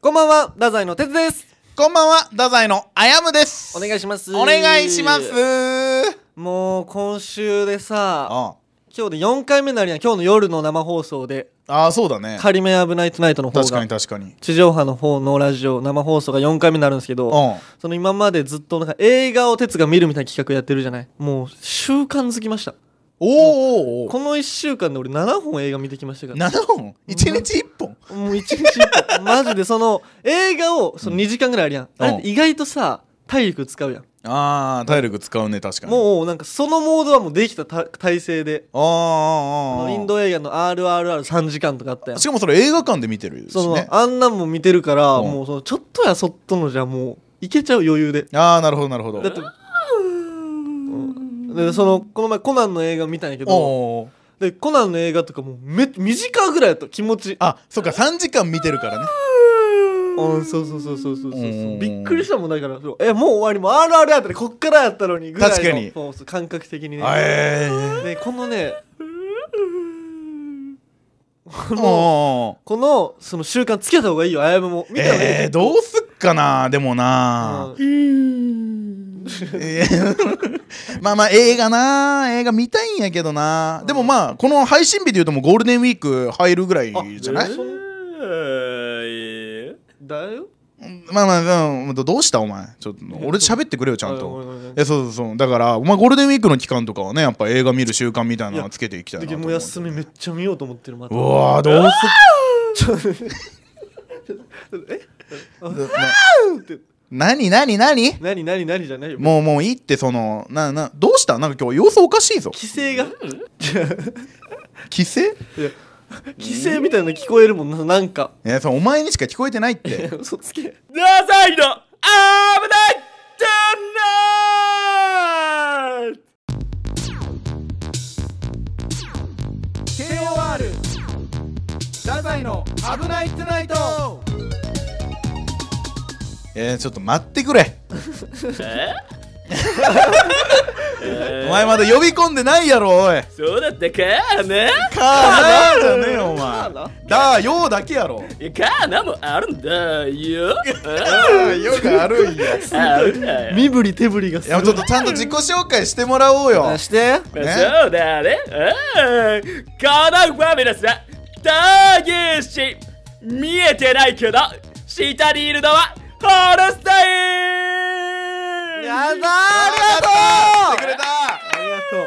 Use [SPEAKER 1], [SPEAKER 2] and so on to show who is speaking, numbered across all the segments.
[SPEAKER 1] んばんは、太宰の哲です。
[SPEAKER 2] こんばんは、太宰のあやむです。
[SPEAKER 1] お願いします。
[SPEAKER 2] お願いします。
[SPEAKER 1] もう今週でさ、
[SPEAKER 2] あ
[SPEAKER 1] 今日で4回目になるやん。今日の夜の生放送で、
[SPEAKER 2] あー、そうだね。
[SPEAKER 1] 仮面危ないトゥナイトの方
[SPEAKER 2] 確か
[SPEAKER 1] が
[SPEAKER 2] に、確かに。
[SPEAKER 1] 地上波の方のラジオ、生放送が4回目になるんですけ
[SPEAKER 2] う
[SPEAKER 1] ど、
[SPEAKER 2] ん。
[SPEAKER 1] その今までずっとなんか映画を哲が見るみたいな企画やってるじゃない。もう習慣づきました。
[SPEAKER 2] おーおーおー
[SPEAKER 1] この1週間で俺7本映画見てきましたから。
[SPEAKER 2] 7本 ?1 日1本
[SPEAKER 1] もう一日 一本マジでその映画をその2時間ぐらいあるやん、あれって意外とさ体力使うやん
[SPEAKER 2] ああ、体力使うね、確かに。う、
[SPEAKER 1] もうなんかそのモードはもうできたた体勢であ
[SPEAKER 2] あーあーあーあ
[SPEAKER 1] の
[SPEAKER 2] ー
[SPEAKER 1] インド映画の「RRR3 時間」とかあったやん
[SPEAKER 2] しかもそれ映画館で見てるし
[SPEAKER 1] その
[SPEAKER 2] ね。
[SPEAKER 1] あんなんも見てるから
[SPEAKER 2] うん
[SPEAKER 1] もうそのちょっとやそっとのじゃもういけちゃう余裕で
[SPEAKER 2] ああ、なるほど、なるほど。
[SPEAKER 1] だってうんでそのこの前コナンの映画見たんやけ
[SPEAKER 2] お
[SPEAKER 1] ど
[SPEAKER 2] ーおー
[SPEAKER 1] でコナンの映画とかもうめ短ぐらいやった気持ち
[SPEAKER 2] あ、そっか、3時間見てるからね。
[SPEAKER 1] うん、そうそうそうそうそうそうそう
[SPEAKER 2] うん
[SPEAKER 1] びっくりしたもんだからそうえもう終わりもう RR やったらこっからやったのにぐらいの
[SPEAKER 2] 確かに
[SPEAKER 1] そうそう感覚的にね、
[SPEAKER 2] ええ。
[SPEAKER 1] でこのね
[SPEAKER 2] おーお
[SPEAKER 1] このその習慣つけた方がいいよあやむも
[SPEAKER 2] ー
[SPEAKER 1] 見た方がいい、
[SPEAKER 2] えー、どうすっかな、でもな。
[SPEAKER 1] うん
[SPEAKER 2] えー まあまあ映画な映画見たいんやけどなでもまあこの配信日でいうともうゴールデンウィーク入るぐらいじゃない
[SPEAKER 1] えーだよ
[SPEAKER 2] まあまあまあどうしたお前ちょっと俺喋ってくれよちゃん
[SPEAKER 1] あごめんごめんごめん
[SPEAKER 2] とえそうそうそうだからお前ゴールデンウィークの期間とかはねやっぱ映画見る習慣みたいなのはつけていきたいな
[SPEAKER 1] で
[SPEAKER 2] と思
[SPEAKER 1] も
[SPEAKER 2] う
[SPEAKER 1] う休みめっちゃ見ようと思ってるまた
[SPEAKER 2] うわーどうすっ何何何
[SPEAKER 1] 何何何じゃないよ
[SPEAKER 2] もうもういいってそのななどうしたなんか今日様子おかしいぞ
[SPEAKER 1] 規制が
[SPEAKER 2] 規制
[SPEAKER 1] いや規制みたいなの聞こえるもんななんか
[SPEAKER 2] えそれお前にしか聞こえてないって
[SPEAKER 1] 嘘つけ
[SPEAKER 3] ダサいの危ないじゃない
[SPEAKER 1] KOR
[SPEAKER 2] ダザイの危ないトゥナイトえー、ちょっと待ってくれお前まだ呼び込んでないやろおい
[SPEAKER 3] そうだったかね
[SPEAKER 2] カーナーじゃねえよお
[SPEAKER 1] カー
[SPEAKER 2] 前
[SPEAKER 1] ナ
[SPEAKER 2] だーよーだけやろ
[SPEAKER 3] いやかなもあるんだよ
[SPEAKER 2] あよくあるんやい
[SPEAKER 3] あるんだよ
[SPEAKER 1] 身振り手振りがすご
[SPEAKER 2] やちょっとちゃんと自己紹介してもらおうよ
[SPEAKER 1] あして
[SPEAKER 3] そうだねうんこのファミレスは大義し見えてないけど下にいるのはホルスタイン
[SPEAKER 1] やだーありがと
[SPEAKER 2] あ
[SPEAKER 1] う
[SPEAKER 2] りがとう来てくれた
[SPEAKER 1] ありがとう。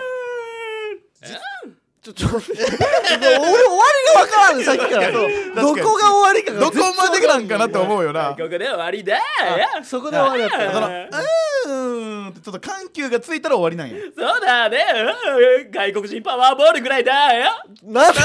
[SPEAKER 1] ちょ、ちょ、待って俺終わりがわからん、さっきから。ど
[SPEAKER 2] に
[SPEAKER 1] こが終わりかが
[SPEAKER 2] どこまでなんかなって思うよな
[SPEAKER 3] ここで終わりだ
[SPEAKER 1] あそこで終わりだ
[SPEAKER 2] その
[SPEAKER 1] っ
[SPEAKER 2] うーんってちょっと緩急がついたら終わりなんや
[SPEAKER 3] そうだねうん外国人パワーボールぐらいだよ
[SPEAKER 1] た。なんで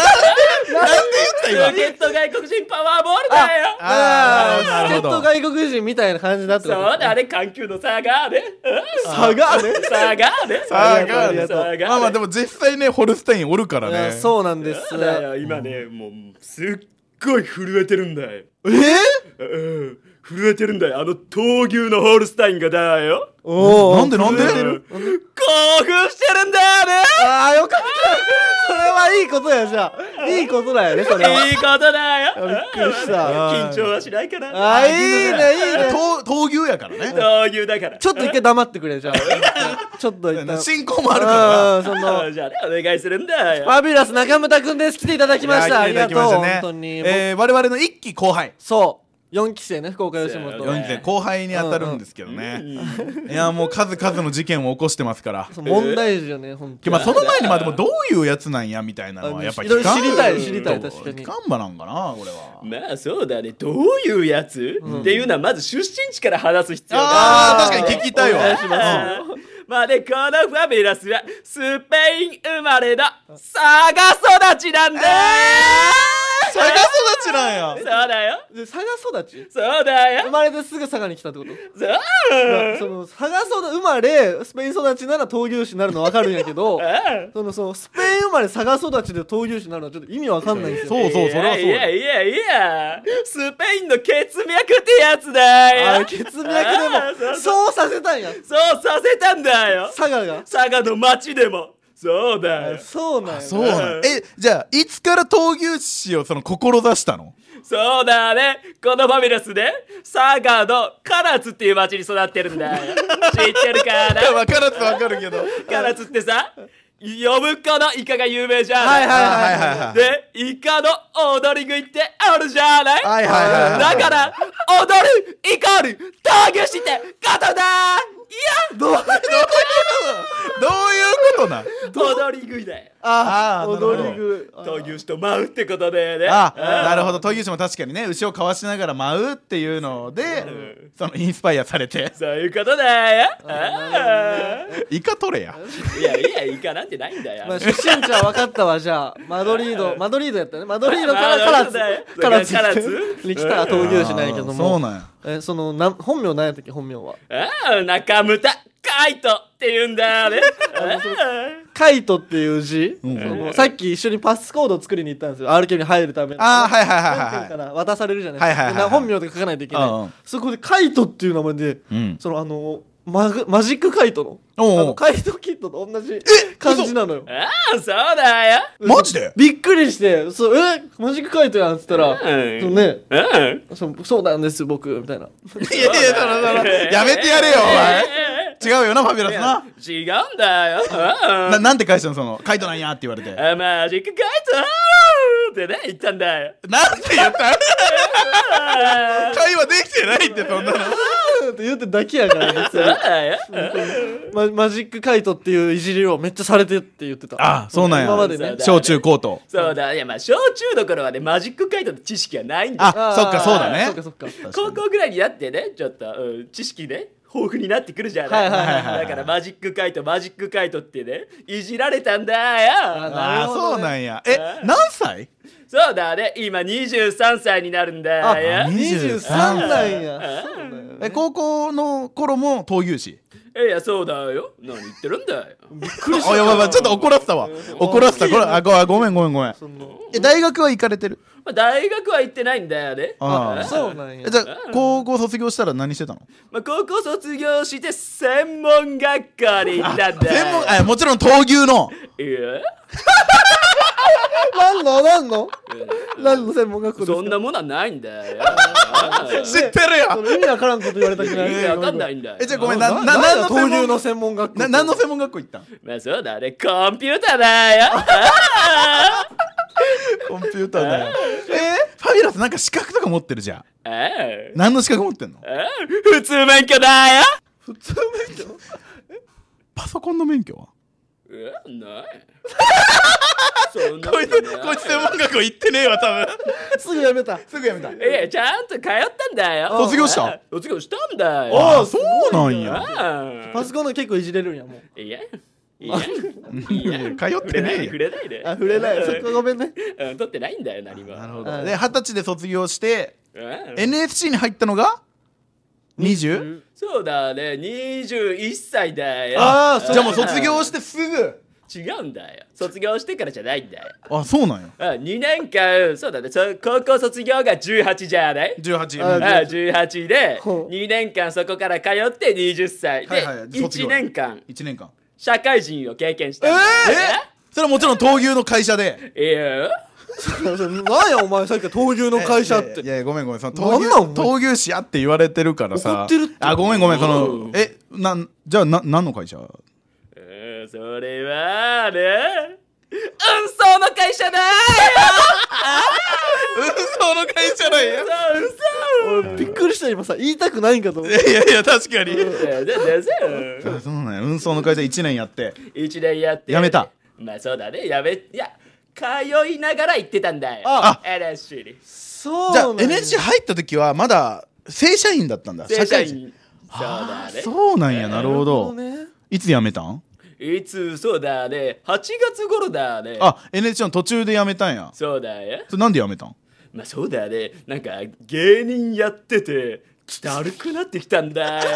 [SPEAKER 2] なんて言った今
[SPEAKER 3] ロケット外国人パワーボールだよ
[SPEAKER 2] あーな
[SPEAKER 1] チケ
[SPEAKER 2] る
[SPEAKER 1] ッ
[SPEAKER 2] ほ
[SPEAKER 1] ト
[SPEAKER 2] ど
[SPEAKER 1] 外国人みたいな感じだって
[SPEAKER 3] そうだね緩急の差があるうん
[SPEAKER 1] 差がある
[SPEAKER 3] 差がある
[SPEAKER 2] あー
[SPEAKER 1] があ
[SPEAKER 2] ガ
[SPEAKER 1] りがとう
[SPEAKER 2] ールズ
[SPEAKER 3] 差がある
[SPEAKER 2] まあまあでも実際ねホルスタインおるから
[SPEAKER 1] いや
[SPEAKER 2] ね
[SPEAKER 1] そうなんです。
[SPEAKER 3] そうだよ今ねもうすっごい震えてるんだよ
[SPEAKER 2] えー、
[SPEAKER 3] うん震えてるんだよあの闘牛のホールスタインがだよ
[SPEAKER 1] おー
[SPEAKER 2] なんでなんで
[SPEAKER 1] 震えて
[SPEAKER 3] う
[SPEAKER 1] る
[SPEAKER 3] ん興奮してるんだよね
[SPEAKER 1] ああ、よかった。それはいいことや、じゃあ。いいことだよね、それは。
[SPEAKER 3] いいことだよ
[SPEAKER 1] びっくりした。あ
[SPEAKER 3] 緊張はしないから
[SPEAKER 1] あ、いいね、いいね。
[SPEAKER 2] 闘闘牛やからね
[SPEAKER 3] 闘牛だから
[SPEAKER 1] ちょっと一回黙ってくれ、じゃあ。ちょっと一旦。
[SPEAKER 2] 進行もあるからな
[SPEAKER 1] うん、その。
[SPEAKER 3] じゃあねお願いするんだよ
[SPEAKER 1] ファビュラス中村くんです。来ていただきまし
[SPEAKER 2] いや
[SPEAKER 1] た。あ
[SPEAKER 2] 来て
[SPEAKER 1] りが
[SPEAKER 2] いだ
[SPEAKER 1] と
[SPEAKER 2] き
[SPEAKER 1] う。
[SPEAKER 2] ました
[SPEAKER 1] 本当に。もう
[SPEAKER 2] えー我々の一期後輩
[SPEAKER 1] そう。4期生ね、福岡吉本
[SPEAKER 3] そう
[SPEAKER 2] 4
[SPEAKER 3] よ
[SPEAKER 2] 期生後輩に当たるんですけどね、いやもう数々の事件を起こしてますから、
[SPEAKER 1] そう問題児よね、本当
[SPEAKER 2] まあ、その前にまあでもどういうやつなんやみたいなのはやっぱ
[SPEAKER 1] いろいろ知りたい
[SPEAKER 2] 期間
[SPEAKER 1] 知りたい確かに
[SPEAKER 2] 期間場なんかなこれは
[SPEAKER 3] まあそうだねどういうやつ、っていうのはまず出身地から話す必要が
[SPEAKER 2] あ
[SPEAKER 3] ある
[SPEAKER 2] ー確かに聞きたい
[SPEAKER 1] お
[SPEAKER 2] わ
[SPEAKER 1] 願い しま
[SPEAKER 3] あーまあねこのファビュラスはスペイン生まれの佐賀育ちなんだよ、
[SPEAKER 2] 佐賀育ちなんや
[SPEAKER 3] そうだよ
[SPEAKER 1] す。で佐賀育ち
[SPEAKER 3] そうだ
[SPEAKER 1] 生
[SPEAKER 3] よ
[SPEAKER 1] まれてすぐ佐賀に来たってこと
[SPEAKER 3] そう
[SPEAKER 1] まあその佐賀育生まれスペイン育ちなら闘牛士になるの分かるんやけどそのそのスペイン生まれ佐賀育ちで闘牛士になるのはちょっと意味わかんないんですよ
[SPEAKER 2] そうそうそれはそう
[SPEAKER 3] いや
[SPEAKER 2] だよ
[SPEAKER 3] いやいやスペインの血脈ってやつだ
[SPEAKER 1] あ
[SPEAKER 3] よ
[SPEAKER 1] ー血脈
[SPEAKER 3] あー
[SPEAKER 1] で
[SPEAKER 3] そ
[SPEAKER 1] もそ
[SPEAKER 3] うそう
[SPEAKER 1] うさせたんや
[SPEAKER 3] そうさせたんだよ
[SPEAKER 1] 佐賀が
[SPEAKER 3] 佐賀の町でもそうだよ
[SPEAKER 1] そうなんや
[SPEAKER 2] そうなんえじゃあいつから闘牛士をその志したの
[SPEAKER 3] そうだねこのファミレスで佐賀の唐津っていう町に育ってる んだよ知ってるかな
[SPEAKER 2] 分からず分かるけどはい
[SPEAKER 3] 唐津ってさ呼ぶこのイカが有名じゃん、
[SPEAKER 1] はいはい
[SPEAKER 2] はいはいはい
[SPEAKER 3] でイカの踊り食いってあるじゃない、
[SPEAKER 2] はいはいはい
[SPEAKER 3] だから踊るイコール闘牛士ってことだいやどう
[SPEAKER 2] どういうことなん
[SPEAKER 3] 踊り食いだよ
[SPEAKER 1] あ
[SPEAKER 2] あー
[SPEAKER 1] 踊り具
[SPEAKER 3] 闘牛士と舞うってことだよね
[SPEAKER 2] あ
[SPEAKER 3] うん
[SPEAKER 2] なるほど闘牛士も確かにね牛をかわしながら舞うっていうのでそのインスパイアされて
[SPEAKER 3] そういうことだよ
[SPEAKER 1] な
[SPEAKER 3] うん
[SPEAKER 2] イカ取れや
[SPEAKER 3] いやいやイカなんてないんだよ
[SPEAKER 1] まあ、出身地は分かったわじゃあマドリードマドリードやったねマドリードか
[SPEAKER 3] まあ
[SPEAKER 1] ら
[SPEAKER 3] そうだよ
[SPEAKER 1] カラツ
[SPEAKER 3] そうだ
[SPEAKER 1] カラ
[SPEAKER 3] よ唐津
[SPEAKER 1] ツに来た闘牛士なんやけども
[SPEAKER 2] あーそうなんや
[SPEAKER 1] えそのな本名なんやったっけ本名は
[SPEAKER 3] うん中村海人って言うんだよねうん
[SPEAKER 1] カイトっていう字、
[SPEAKER 2] ん
[SPEAKER 1] そのさっき一緒にパスコードを作りに行ったんですよ RQ に入るための
[SPEAKER 2] あーはいはいはい
[SPEAKER 1] なんていう
[SPEAKER 2] は
[SPEAKER 1] か
[SPEAKER 2] い
[SPEAKER 1] な渡されるじゃないですか、
[SPEAKER 2] はいはいはいはい
[SPEAKER 1] で本名とか書かないといけない、
[SPEAKER 2] うんうん
[SPEAKER 1] そこでカイトっていう名前で、
[SPEAKER 2] うん
[SPEAKER 1] そのあのマグマジックカイトの
[SPEAKER 2] おうおう
[SPEAKER 1] あのカイトキットと同じ感じなのよ
[SPEAKER 3] うんそうだよ
[SPEAKER 2] マジで
[SPEAKER 1] びっくりして「そうえマジックカイトやん」っつったら「
[SPEAKER 3] うん
[SPEAKER 1] そのね
[SPEAKER 3] うん
[SPEAKER 1] そうそうなんです僕」みたいない
[SPEAKER 2] やいやそのその やめてやれよお前違うよなファビュラスな
[SPEAKER 3] 違うんだようん
[SPEAKER 2] ななんて返したのそのカイトなんやって言わ れて
[SPEAKER 3] あマジックカイトってね言ったんだよ
[SPEAKER 2] なんて言った会話できてないってそんなの
[SPEAKER 1] 「って言ってだけやから 別に
[SPEAKER 3] だよ
[SPEAKER 1] ママジックカイトっていういじりをめっちゃされてって言ってた
[SPEAKER 2] あそうなんや
[SPEAKER 1] 今までね
[SPEAKER 3] そうだ
[SPEAKER 2] 小中高と
[SPEAKER 3] そうだいやまあ小中の頃はねマジックカイトの知識はないんだよ
[SPEAKER 2] あそっかそうだね
[SPEAKER 1] そっかそっか
[SPEAKER 3] 高校ぐらいになってねちょっと、うん知識ね豊富になってくるじゃない,、
[SPEAKER 1] はいはいはい
[SPEAKER 2] はいはい
[SPEAKER 3] だからマジックカイトマジックカイトってねいじられたんだよ
[SPEAKER 1] あ
[SPEAKER 2] あ
[SPEAKER 1] な
[SPEAKER 2] あ
[SPEAKER 1] るほどね
[SPEAKER 2] そうなんやえ何歳
[SPEAKER 3] そうだね今23歳になるんだ
[SPEAKER 1] あ
[SPEAKER 3] よ
[SPEAKER 1] 23なんやそうだよね
[SPEAKER 2] え高校の頃も闘牛士
[SPEAKER 3] いやそうだよ何言ってるんだよ
[SPEAKER 2] あやばいやばいちょっと怒らせたわ怒らせたこれあごあごめんごめんごめん
[SPEAKER 1] その
[SPEAKER 2] え大学は行かれてる
[SPEAKER 3] まあ大学は行ってないんだよね
[SPEAKER 2] あ
[SPEAKER 1] あそうなんや
[SPEAKER 2] えじゃあ高校卒業したら何してたの
[SPEAKER 3] まあ、高校卒業して専門学校に行ったんだ
[SPEAKER 2] 専門あもちろん闘牛の
[SPEAKER 3] いや
[SPEAKER 1] 何の何の何の専門学校ですか
[SPEAKER 3] そんなものはないんだ よ
[SPEAKER 2] 知ってるや
[SPEAKER 1] そ
[SPEAKER 2] ん
[SPEAKER 1] の意味わからんこと言われたく
[SPEAKER 3] 意
[SPEAKER 1] ない
[SPEAKER 3] 味わかんないんだよ
[SPEAKER 2] えじゃあごめんな
[SPEAKER 1] な
[SPEAKER 2] な
[SPEAKER 1] 何
[SPEAKER 2] 何
[SPEAKER 1] の
[SPEAKER 2] の
[SPEAKER 1] 闘
[SPEAKER 2] 専
[SPEAKER 1] 牛の
[SPEAKER 2] 門
[SPEAKER 1] 専門学校
[SPEAKER 2] な何の専門学校行ったん
[SPEAKER 3] まあそうだねコンピューターだよ
[SPEAKER 2] コンピューターだよえファビュラスなんか資格とか持ってるじゃん
[SPEAKER 3] ああ
[SPEAKER 2] 何の資格持ってんの
[SPEAKER 3] ああ普通免許だ
[SPEAKER 1] 普通免許
[SPEAKER 2] パソコンの免許は
[SPEAKER 3] よえないそんな
[SPEAKER 2] こいつ
[SPEAKER 3] ことない
[SPEAKER 2] こいつ専門学校行ってねえわ多分
[SPEAKER 1] すぐやめた
[SPEAKER 2] すぐやめた
[SPEAKER 3] いやちゃんと通ったんだよ
[SPEAKER 2] 卒業した
[SPEAKER 3] ああ卒業したんだよ
[SPEAKER 2] ああそうなんや
[SPEAKER 3] あ
[SPEAKER 1] パソコンの結構いじれるんやもう
[SPEAKER 3] あいやいやいや
[SPEAKER 2] 通ってねえよ
[SPEAKER 3] 触れない触れないで
[SPEAKER 1] あ触れないそこごめんね
[SPEAKER 3] うん取ってないんだよ何も
[SPEAKER 2] なるほ
[SPEAKER 1] ど
[SPEAKER 2] どで二十歳で卒業して
[SPEAKER 3] うん
[SPEAKER 2] NSC に入ったのが 20?
[SPEAKER 3] そうだね21歳だよ
[SPEAKER 1] ああそ
[SPEAKER 2] じゃあもう卒業してすぐ
[SPEAKER 3] 違うんだよ卒業してからじゃないんだよ
[SPEAKER 2] あそうなんや
[SPEAKER 3] 2年間そうだねそ高校卒業が18じゃない
[SPEAKER 1] あ
[SPEAKER 2] 18
[SPEAKER 1] ー
[SPEAKER 3] ああ18で
[SPEAKER 1] ほう
[SPEAKER 3] 2年間そこから通って20歳
[SPEAKER 2] はい
[SPEAKER 3] で
[SPEAKER 2] はい卒業
[SPEAKER 3] 1年間
[SPEAKER 2] 1年間
[SPEAKER 3] 社会人を経験した
[SPEAKER 2] それはもちろん闘牛の会社で
[SPEAKER 3] えいや
[SPEAKER 1] 何やお前さっきから闘牛の会社って
[SPEAKER 2] いやいやいやごめんごめんそ
[SPEAKER 1] な
[SPEAKER 2] の
[SPEAKER 1] んなんお
[SPEAKER 2] 闘牛闘牛士やって言われてるから
[SPEAKER 1] 怒
[SPEAKER 2] さ
[SPEAKER 1] ってるって
[SPEAKER 2] あごめんごめんそ
[SPEAKER 3] うん
[SPEAKER 2] のえなんじゃあな何の会社
[SPEAKER 3] うんそれはね運送の会社だよ
[SPEAKER 2] 運送の会社なんや
[SPEAKER 3] そうそう
[SPEAKER 1] びっくりした今さ言いたくないんかと思っ
[SPEAKER 2] いやいや確かに
[SPEAKER 3] 全然全然
[SPEAKER 2] あそうなんや運送の会社1年やって
[SPEAKER 3] 1年やって
[SPEAKER 2] やめた
[SPEAKER 3] まあそうだねやめいや通いながら行ってたんだよ
[SPEAKER 1] あ
[SPEAKER 3] NSC に
[SPEAKER 1] そう
[SPEAKER 2] じゃ
[SPEAKER 1] な
[SPEAKER 2] あ
[SPEAKER 1] んや
[SPEAKER 2] NSC 入った時はまだ正社員だったんだ
[SPEAKER 3] 正社
[SPEAKER 2] 社会人
[SPEAKER 3] 員そう
[SPEAKER 2] あ
[SPEAKER 3] だ
[SPEAKER 2] ー
[SPEAKER 3] ね
[SPEAKER 2] そうなんやなるほ
[SPEAKER 1] そう
[SPEAKER 2] ど
[SPEAKER 1] ね
[SPEAKER 2] いつ辞めたん
[SPEAKER 3] いつそうだね8月頃だね
[SPEAKER 2] あ NSC の途中で辞めたんや
[SPEAKER 3] そうだよ
[SPEAKER 2] それなんで辞めたん
[SPEAKER 3] まあそうだねなんか芸人やっててだるくなってきたんだよ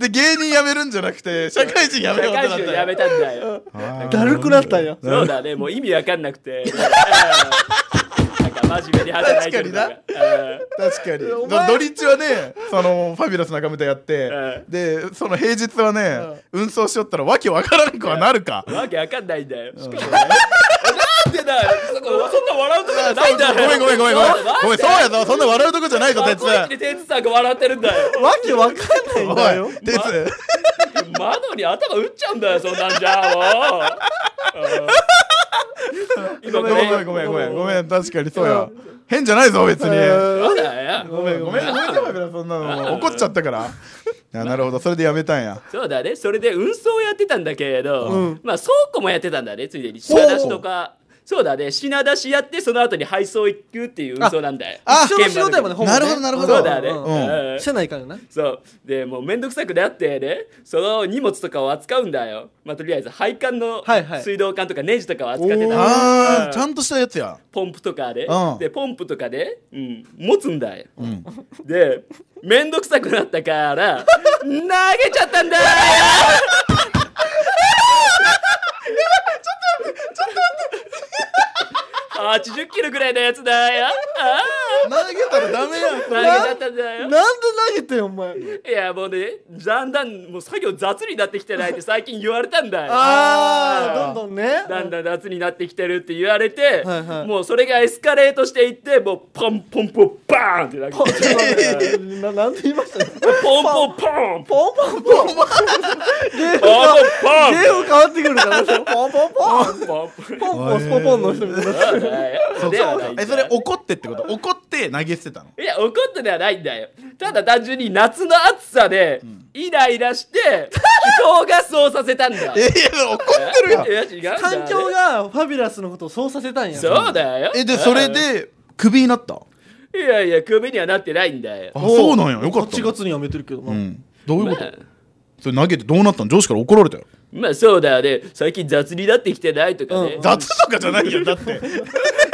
[SPEAKER 2] で芸人辞めるんじゃなくて社会人辞めよう
[SPEAKER 3] 社会人をやめたんだよ
[SPEAKER 1] だるくなったんや
[SPEAKER 3] そうだねもう意味わかんなく てなんか真面目に働いてるのが
[SPEAKER 2] 確
[SPEAKER 3] うん
[SPEAKER 2] 確かに
[SPEAKER 1] お
[SPEAKER 2] ど
[SPEAKER 1] 前
[SPEAKER 2] 土日はねそのファビュラス中村やって
[SPEAKER 3] う
[SPEAKER 2] でその平日はね運送しよったらわけわからんくはなるか
[SPEAKER 3] わけわかんないんだよしかもなんでだだよそこそんな笑うとこじゃ
[SPEAKER 2] あ
[SPEAKER 3] ないんだよ
[SPEAKER 2] ごめんごめんごめんごめんごめんそうやぞそんな笑うとこじゃないぞ
[SPEAKER 3] あ
[SPEAKER 2] 鉄
[SPEAKER 3] こいつに哲さんが笑ってるんだよ
[SPEAKER 1] わけわかんないんだよ
[SPEAKER 2] おい鉄
[SPEAKER 3] 窓に頭打っちゃうんだよそんなんじゃもううん今
[SPEAKER 2] ご
[SPEAKER 3] ご
[SPEAKER 2] め
[SPEAKER 3] めん
[SPEAKER 2] んごめんごめんごめん確かにそうや変じゃないぞ別に
[SPEAKER 3] そうだよ
[SPEAKER 2] ごめんごめんごめんごめんごめんそんなの怒っちゃったからあなるほどそれでやめたんや
[SPEAKER 3] そうだねそれで運送をやってたんだけれど、
[SPEAKER 1] うん
[SPEAKER 3] まあ倉庫もやってたんだねついでに品出しとかそうだね品出しやってその後に配送行くっていう運送なんだよ
[SPEAKER 2] あ
[SPEAKER 1] 一緒の仕事やもんね
[SPEAKER 3] 現
[SPEAKER 1] ほぼね
[SPEAKER 2] なるほどなる
[SPEAKER 3] 場
[SPEAKER 2] ほ
[SPEAKER 3] の
[SPEAKER 2] ど
[SPEAKER 3] そうだね、
[SPEAKER 1] うん
[SPEAKER 2] うん
[SPEAKER 3] うん
[SPEAKER 1] 社内からな
[SPEAKER 3] そうでもうめんどくさくなってねその荷物とかを扱うんだよまあとりあえず配管の
[SPEAKER 1] はいはい
[SPEAKER 3] 水道管とかネジとかを扱ってたんだよ
[SPEAKER 2] あ
[SPEAKER 3] う
[SPEAKER 2] ー
[SPEAKER 3] ん
[SPEAKER 2] ちゃんとしたやつや
[SPEAKER 3] ポンプとかで、
[SPEAKER 2] うん
[SPEAKER 3] でポンプとかで、うん、持つんだよ
[SPEAKER 2] うん
[SPEAKER 3] でめんどくさくなったから投げちゃったんだよやばいちょっと待ってちょっと待って80キロぐらいのやつだよあ
[SPEAKER 2] 投げたらダメやん
[SPEAKER 3] ー投げちゃったんだ
[SPEAKER 1] な
[SPEAKER 3] よ
[SPEAKER 1] んで投げてんお前
[SPEAKER 3] いやもうねだんだんもう作業雑になってきてないって最近言われたんだよ
[SPEAKER 1] ああ
[SPEAKER 3] うん
[SPEAKER 1] どんどんね
[SPEAKER 3] だんだん夏になってきてるって言われて、
[SPEAKER 1] はいはい
[SPEAKER 3] もうそれがエスカレートしていってもうポンポンポンバーンってなんか
[SPEAKER 1] ポンちょっと待って ななんて言いました
[SPEAKER 3] ポンポンポンポン
[SPEAKER 1] ポンポンポンゲーム
[SPEAKER 3] ポ
[SPEAKER 1] が
[SPEAKER 3] ン
[SPEAKER 1] ゲーム変わってくるからポンポンポン
[SPEAKER 3] ポンポンポン
[SPEAKER 1] ポンポンスポポンの人みたいになってる
[SPEAKER 3] ではないんだ
[SPEAKER 2] えそれ怒ってってこと怒って投げ捨てたの
[SPEAKER 3] いや怒ってではないんだよただ単純に夏の暑さでイライラして人がそうさせたんだ
[SPEAKER 2] えいや怒ってるやん
[SPEAKER 3] いや違うんだよ
[SPEAKER 1] 環境がファビュラスのことをそうさせたんや
[SPEAKER 3] そうだよ
[SPEAKER 2] えでそれでクビになった
[SPEAKER 3] いやいやクビにはなってないんだよ
[SPEAKER 2] あ
[SPEAKER 1] お
[SPEAKER 2] そうなんやよかった
[SPEAKER 1] 8月に辞めてるけどな、
[SPEAKER 2] うんどういうこと
[SPEAKER 3] まあ
[SPEAKER 2] それ投げてどうなったの上司から怒られたよ
[SPEAKER 3] まあそうだよね最近雑になってきてないとかね、
[SPEAKER 1] うん
[SPEAKER 2] 雑とかじゃないよだって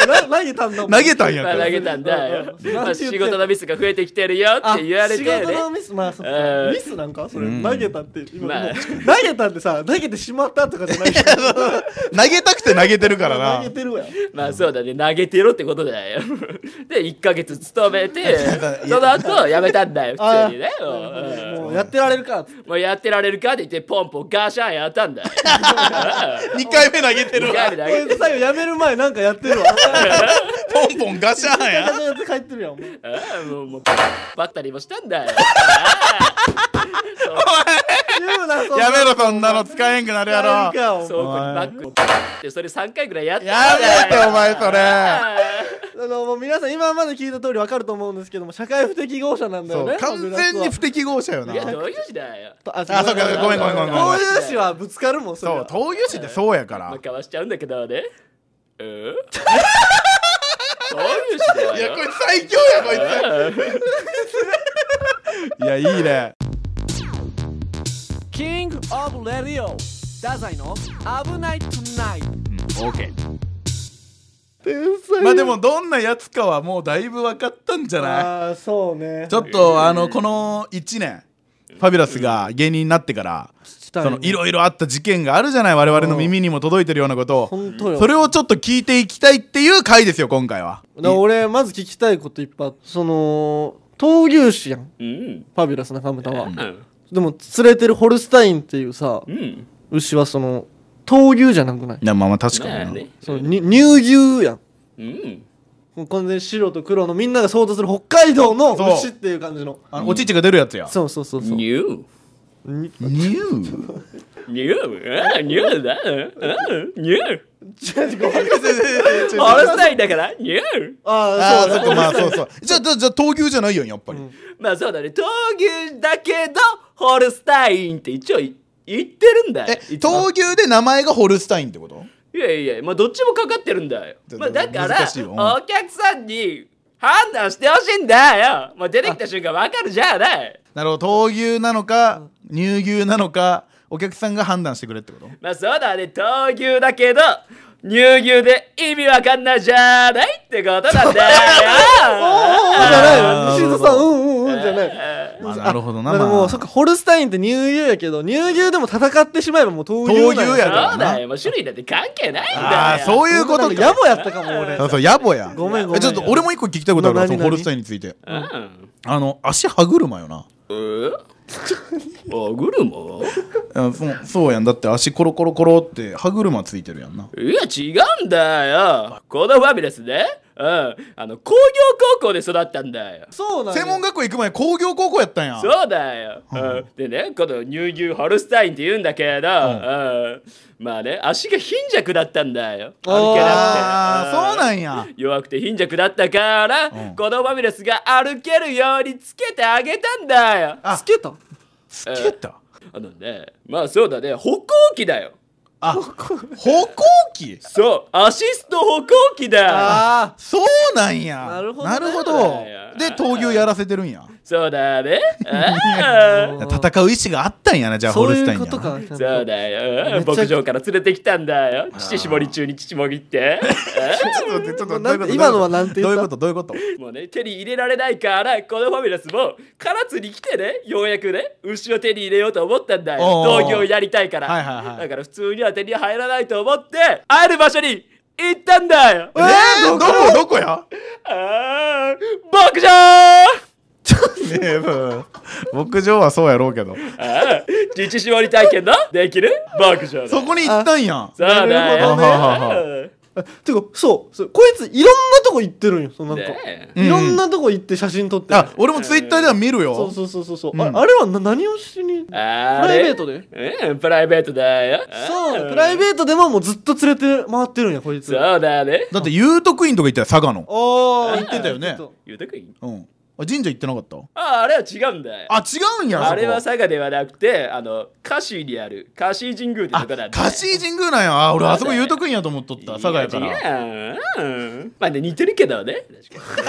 [SPEAKER 1] な投げたんだもん
[SPEAKER 2] 投げたんや
[SPEAKER 3] ま
[SPEAKER 2] か
[SPEAKER 3] あ
[SPEAKER 2] ら
[SPEAKER 3] 投げたんだよ。
[SPEAKER 1] うん
[SPEAKER 3] まあ仕事のミスが増えてきてるよって言われて
[SPEAKER 1] あ仕事の
[SPEAKER 3] ね。
[SPEAKER 1] ミスまあそっか
[SPEAKER 3] うん
[SPEAKER 1] ミスなんかそれ、
[SPEAKER 2] うん
[SPEAKER 1] 投げたって今、
[SPEAKER 3] まあ
[SPEAKER 1] もう投げたってさ投げてしまったとかじゃないけど
[SPEAKER 2] 投げたくて投げてるからな
[SPEAKER 1] 投げてるわ
[SPEAKER 3] まあそうだね、投げてろってことだよ。 で、1ヶ月勤めて
[SPEAKER 2] だ、
[SPEAKER 3] その後辞めたんだよ、普通にね。もう
[SPEAKER 1] もうやってられるかっつって
[SPEAKER 3] うんもうやってられるかって言って、ポンポンガシャンやったんだよ。
[SPEAKER 2] 2回目投げてるわ
[SPEAKER 3] ガリ投
[SPEAKER 1] こ
[SPEAKER 3] げ
[SPEAKER 1] い
[SPEAKER 3] て
[SPEAKER 1] つ最後辞める前なんかやってるわ
[SPEAKER 2] ポンポンガシャン や
[SPEAKER 1] やって帰ってるやんお前
[SPEAKER 3] うんもうもうバッタリもしたんだよ。
[SPEAKER 1] 言うなそんな
[SPEAKER 2] やめろそんなの使えんくなるやろ
[SPEAKER 1] やるか
[SPEAKER 3] そう
[SPEAKER 1] お
[SPEAKER 3] こにバックって、それ3回ぐらいやったん
[SPEAKER 2] や
[SPEAKER 3] だ
[SPEAKER 2] めて
[SPEAKER 3] よ。
[SPEAKER 2] お前それ
[SPEAKER 1] 前あのもう皆さん今まで聞いた通りわかると思うんですけども社会不適合者なんだよ
[SPEAKER 2] そ
[SPEAKER 1] ね
[SPEAKER 2] う完全に不適合者よない
[SPEAKER 3] や、どういう字だよ。
[SPEAKER 1] あ
[SPEAKER 2] あそうかごめんごめんごめんごめん
[SPEAKER 1] こういう詞はぶつかるもんそれ
[SPEAKER 2] そう
[SPEAKER 1] は
[SPEAKER 2] 闘牛士ってそうやか
[SPEAKER 3] ま
[SPEAKER 2] ら
[SPEAKER 3] あ、かわしちゃうんだけどね。うん そういうしだ
[SPEAKER 2] いや
[SPEAKER 3] よ
[SPEAKER 2] こ。いつ最強やこいつ いやいいね
[SPEAKER 1] キングオブレディオダザイの危ないトゥナイト
[SPEAKER 3] オーケー。
[SPEAKER 1] 天才
[SPEAKER 2] まあでもどんなやつかはもうだいぶ分かったんじゃな
[SPEAKER 1] ああそうね
[SPEAKER 2] いちょっとあのこの1年ファビュラスが芸人になってからそのいろいろあった事件があるじゃない我々の耳にも届いてるようなことを
[SPEAKER 1] 本当よ
[SPEAKER 2] それをちょっと聞いていきたいっていう回ですよ今回は
[SPEAKER 1] だ俺まず聞きたいこといっぱいあってその闘牛士やん
[SPEAKER 3] うん。
[SPEAKER 1] ファビュラス中村は
[SPEAKER 3] うん。
[SPEAKER 1] でも連れてるホルスタインっていうさ
[SPEAKER 3] うん。
[SPEAKER 1] 牛はその闘牛じゃなくない
[SPEAKER 2] いやまあまあ確かに
[SPEAKER 3] まあ
[SPEAKER 2] な
[SPEAKER 3] ね。
[SPEAKER 1] そのに乳牛やん
[SPEAKER 3] うん。
[SPEAKER 1] もう完全に白と黒のみんなが想像する北海道の
[SPEAKER 2] そう
[SPEAKER 1] 牛っていう感じの
[SPEAKER 2] あのお乳が出るやつや
[SPEAKER 1] そうそうそうそう
[SPEAKER 3] ニュー。
[SPEAKER 1] に
[SPEAKER 2] ニュ
[SPEAKER 3] ニュー。ああ、ニューだ。うん。ニュー。
[SPEAKER 2] ー
[SPEAKER 3] ホルスタインだから、ニュー。
[SPEAKER 1] ああ
[SPEAKER 2] ああ
[SPEAKER 1] そ
[SPEAKER 2] そうっ
[SPEAKER 1] だ
[SPEAKER 2] かまあそうそうじゃあじゃあじゃあ闘牛じゃないやんやっぱり、
[SPEAKER 3] まあそうだね。闘牛だけど、ホルスタインって一応い言ってるんだ
[SPEAKER 2] え
[SPEAKER 3] よ。一応
[SPEAKER 2] 闘牛で名前がホルスタインってこと
[SPEAKER 3] いやいや、まあどっちもかかってるんだよ。
[SPEAKER 2] だ
[SPEAKER 3] まあだから、
[SPEAKER 2] 難しいようん
[SPEAKER 3] お客さんに判断してほしいんだよ。まあ出てきた瞬間わかるじゃない。
[SPEAKER 2] なるほど闘牛なのか乳牛なのかお客さんが判断してくれってこと
[SPEAKER 3] まあそうだね、闘牛だけど、乳牛で意味わかんないじゃないってことな
[SPEAKER 1] おー
[SPEAKER 3] んだよ。
[SPEAKER 1] じゃ
[SPEAKER 2] あ
[SPEAKER 1] な
[SPEAKER 2] ー
[SPEAKER 1] いよ西田さんうんうんうんじゃない
[SPEAKER 2] あなるほどな
[SPEAKER 1] まあで
[SPEAKER 2] ま
[SPEAKER 1] も
[SPEAKER 2] あ
[SPEAKER 1] そっかホルスタインって乳牛やけど乳牛でも戦ってしまえばもう闘牛なん
[SPEAKER 2] 闘牛やから
[SPEAKER 3] そうだよ、もう種類だって関係ないんだよ。
[SPEAKER 2] あーそういうこと
[SPEAKER 1] なん
[SPEAKER 2] か
[SPEAKER 1] か野暮やったかも俺
[SPEAKER 2] そうそう野暮や
[SPEAKER 1] ごめんごめ
[SPEAKER 2] え
[SPEAKER 1] ん
[SPEAKER 2] ちょっと俺も一個聞きたいことあるわ
[SPEAKER 1] な
[SPEAKER 2] そ
[SPEAKER 1] 何
[SPEAKER 2] の
[SPEAKER 1] 何
[SPEAKER 2] ホルスタインについて
[SPEAKER 3] うん。
[SPEAKER 2] あの足歯車よな
[SPEAKER 3] うん歯車
[SPEAKER 2] あそうそうやんだって足コロコロコロって歯車ついてるやんない
[SPEAKER 3] や、違うんだよ。このファミレスね。うん。あの、工業高校で育ったんだよ。
[SPEAKER 1] そうなんや
[SPEAKER 2] 専門学校行く前工業高校やったんや
[SPEAKER 3] そうだよ。うん、でね、この乳牛ホルスタインって言うんだけど、うんまあね、足が貧弱だったんだよ。歩けなく
[SPEAKER 2] あー
[SPEAKER 3] て。
[SPEAKER 2] そうなんんや
[SPEAKER 3] 弱くて貧弱だったから、
[SPEAKER 2] うん
[SPEAKER 3] このファミレスが歩けるようにつけてあげたんだよ。
[SPEAKER 2] あ
[SPEAKER 1] つけた
[SPEAKER 2] つけた
[SPEAKER 3] あのね、まあそうだね、歩行器だよ。
[SPEAKER 2] あ歩行器
[SPEAKER 3] そう、アシスト歩行器だよ。
[SPEAKER 1] あ
[SPEAKER 2] そうなんや
[SPEAKER 1] なるほどね
[SPEAKER 2] なるほどで闘牛やらせてるんや
[SPEAKER 3] そうだね。
[SPEAKER 1] あ
[SPEAKER 3] あ
[SPEAKER 1] ー
[SPEAKER 2] 戦う意志があったんやなじゃあ
[SPEAKER 1] そ
[SPEAKER 2] ホ
[SPEAKER 1] う
[SPEAKER 2] ルスタ
[SPEAKER 1] い
[SPEAKER 2] イ
[SPEAKER 1] う
[SPEAKER 2] ン
[SPEAKER 1] こ
[SPEAKER 2] や
[SPEAKER 1] と
[SPEAKER 2] な
[SPEAKER 1] か
[SPEAKER 3] あそうだ
[SPEAKER 1] めち
[SPEAKER 3] よ。
[SPEAKER 1] ゃく
[SPEAKER 3] 牧場から連れてきたんだよ。乳搾り中に乳もぎって。
[SPEAKER 2] ちょっと待ってちょっと
[SPEAKER 1] なんて
[SPEAKER 2] どういうこと
[SPEAKER 1] 今のはなんて言
[SPEAKER 2] ど
[SPEAKER 1] っ
[SPEAKER 2] ういう
[SPEAKER 1] た
[SPEAKER 2] ことどういうこと
[SPEAKER 3] もうね、手に入れられないから、このファミレスも、唐津に来てね、ようやくね、牛を手に入れようと思ったんだよ。
[SPEAKER 2] おうおう
[SPEAKER 3] 農業やりたいから。
[SPEAKER 2] はいはいはい
[SPEAKER 3] だから普通には手に入らないと思って、ある場所に行ったんだよ。
[SPEAKER 2] えーどこどこや
[SPEAKER 3] あー牧場
[SPEAKER 2] ねえうん牧場はそうやろうけど
[SPEAKER 3] ああ、乳搾り体験のできる牧場だ。
[SPEAKER 2] そこに行ったんや
[SPEAKER 3] そうだよ、
[SPEAKER 2] なるほど
[SPEAKER 3] ね。
[SPEAKER 1] えてかそうそうこいついろんなとこ行ってるんよそうなんか、
[SPEAKER 3] ね
[SPEAKER 2] え
[SPEAKER 1] いろんなとこ行って写真撮ってる
[SPEAKER 2] あ俺もツイッターでは見る
[SPEAKER 1] そう
[SPEAKER 2] よ
[SPEAKER 1] そうそうそうそう、
[SPEAKER 2] うん
[SPEAKER 1] ああれはな何をしにプ
[SPEAKER 3] あれ
[SPEAKER 1] ライベートで
[SPEAKER 3] うん、プライベートだよ。
[SPEAKER 1] そうプライ
[SPEAKER 3] ー
[SPEAKER 1] ベートでももうずっと連れて回ってるんやこいつあ
[SPEAKER 3] そうだね。
[SPEAKER 2] だって悠徳院とか行ったよ佐賀の
[SPEAKER 1] あ
[SPEAKER 3] 言ってた
[SPEAKER 2] よね
[SPEAKER 3] ゆうたくん。
[SPEAKER 2] うんあ神社行ってなかった
[SPEAKER 3] あ、あれは違うんだよ。
[SPEAKER 2] あ違うんやそこ
[SPEAKER 3] あれは佐賀ではなくて、あの、カシにある、カシ神宮ってとこなんだよ。
[SPEAKER 2] カシー神宮なんやあ俺あそこ言うとくんやと思っとった佐賀やから
[SPEAKER 3] ら。うん。まあね、似てるけどね。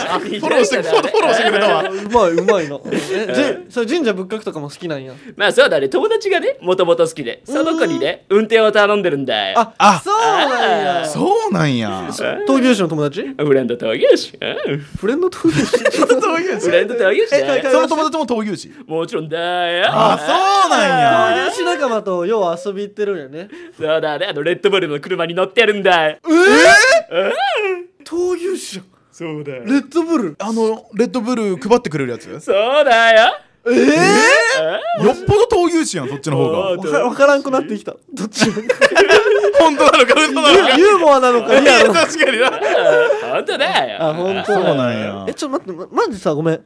[SPEAKER 3] あ、フ
[SPEAKER 2] フォローしてフォローフォローしてくれたわ
[SPEAKER 1] うまいうまい なえじそれ神社仏閣とかも好きなんや
[SPEAKER 3] まあそうだね、友達がね、もともと好きで、その子にね、運転を頼んでるんだよ。
[SPEAKER 1] あ
[SPEAKER 2] あ
[SPEAKER 1] そうなん
[SPEAKER 3] あ
[SPEAKER 1] や
[SPEAKER 3] ー
[SPEAKER 2] そうなんや
[SPEAKER 1] 闘牛士の友達
[SPEAKER 3] フレンドとよし。うん
[SPEAKER 1] フレンド闘牛士
[SPEAKER 3] フレンドとよし
[SPEAKER 1] えか
[SPEAKER 3] だ
[SPEAKER 1] か
[SPEAKER 3] よ。
[SPEAKER 2] その友達も闘牛士
[SPEAKER 3] もちろんだよ。
[SPEAKER 2] あそうなんや
[SPEAKER 1] 闘牛士仲間とよう遊び行ってるんやね
[SPEAKER 3] そうだね、あの、レッドブルの車に乗ってるんだよ。
[SPEAKER 1] 闘牛士やん
[SPEAKER 3] そうだよ。
[SPEAKER 1] レッドブル
[SPEAKER 2] あのレッドブル配ってくれるやつよっ
[SPEAKER 3] そうだよ。
[SPEAKER 1] ええ
[SPEAKER 2] ぽど闘牛士やんそっちの方が
[SPEAKER 3] おー
[SPEAKER 1] わかわからんくなってきたどっちが
[SPEAKER 2] 本当なのか嘘なのか
[SPEAKER 1] ユーモアなのかリアルなのか
[SPEAKER 2] 確かにな
[SPEAKER 3] ほんとだよ。
[SPEAKER 1] あほんと
[SPEAKER 2] そうなんや
[SPEAKER 1] えちょっと待ってまマジさごめん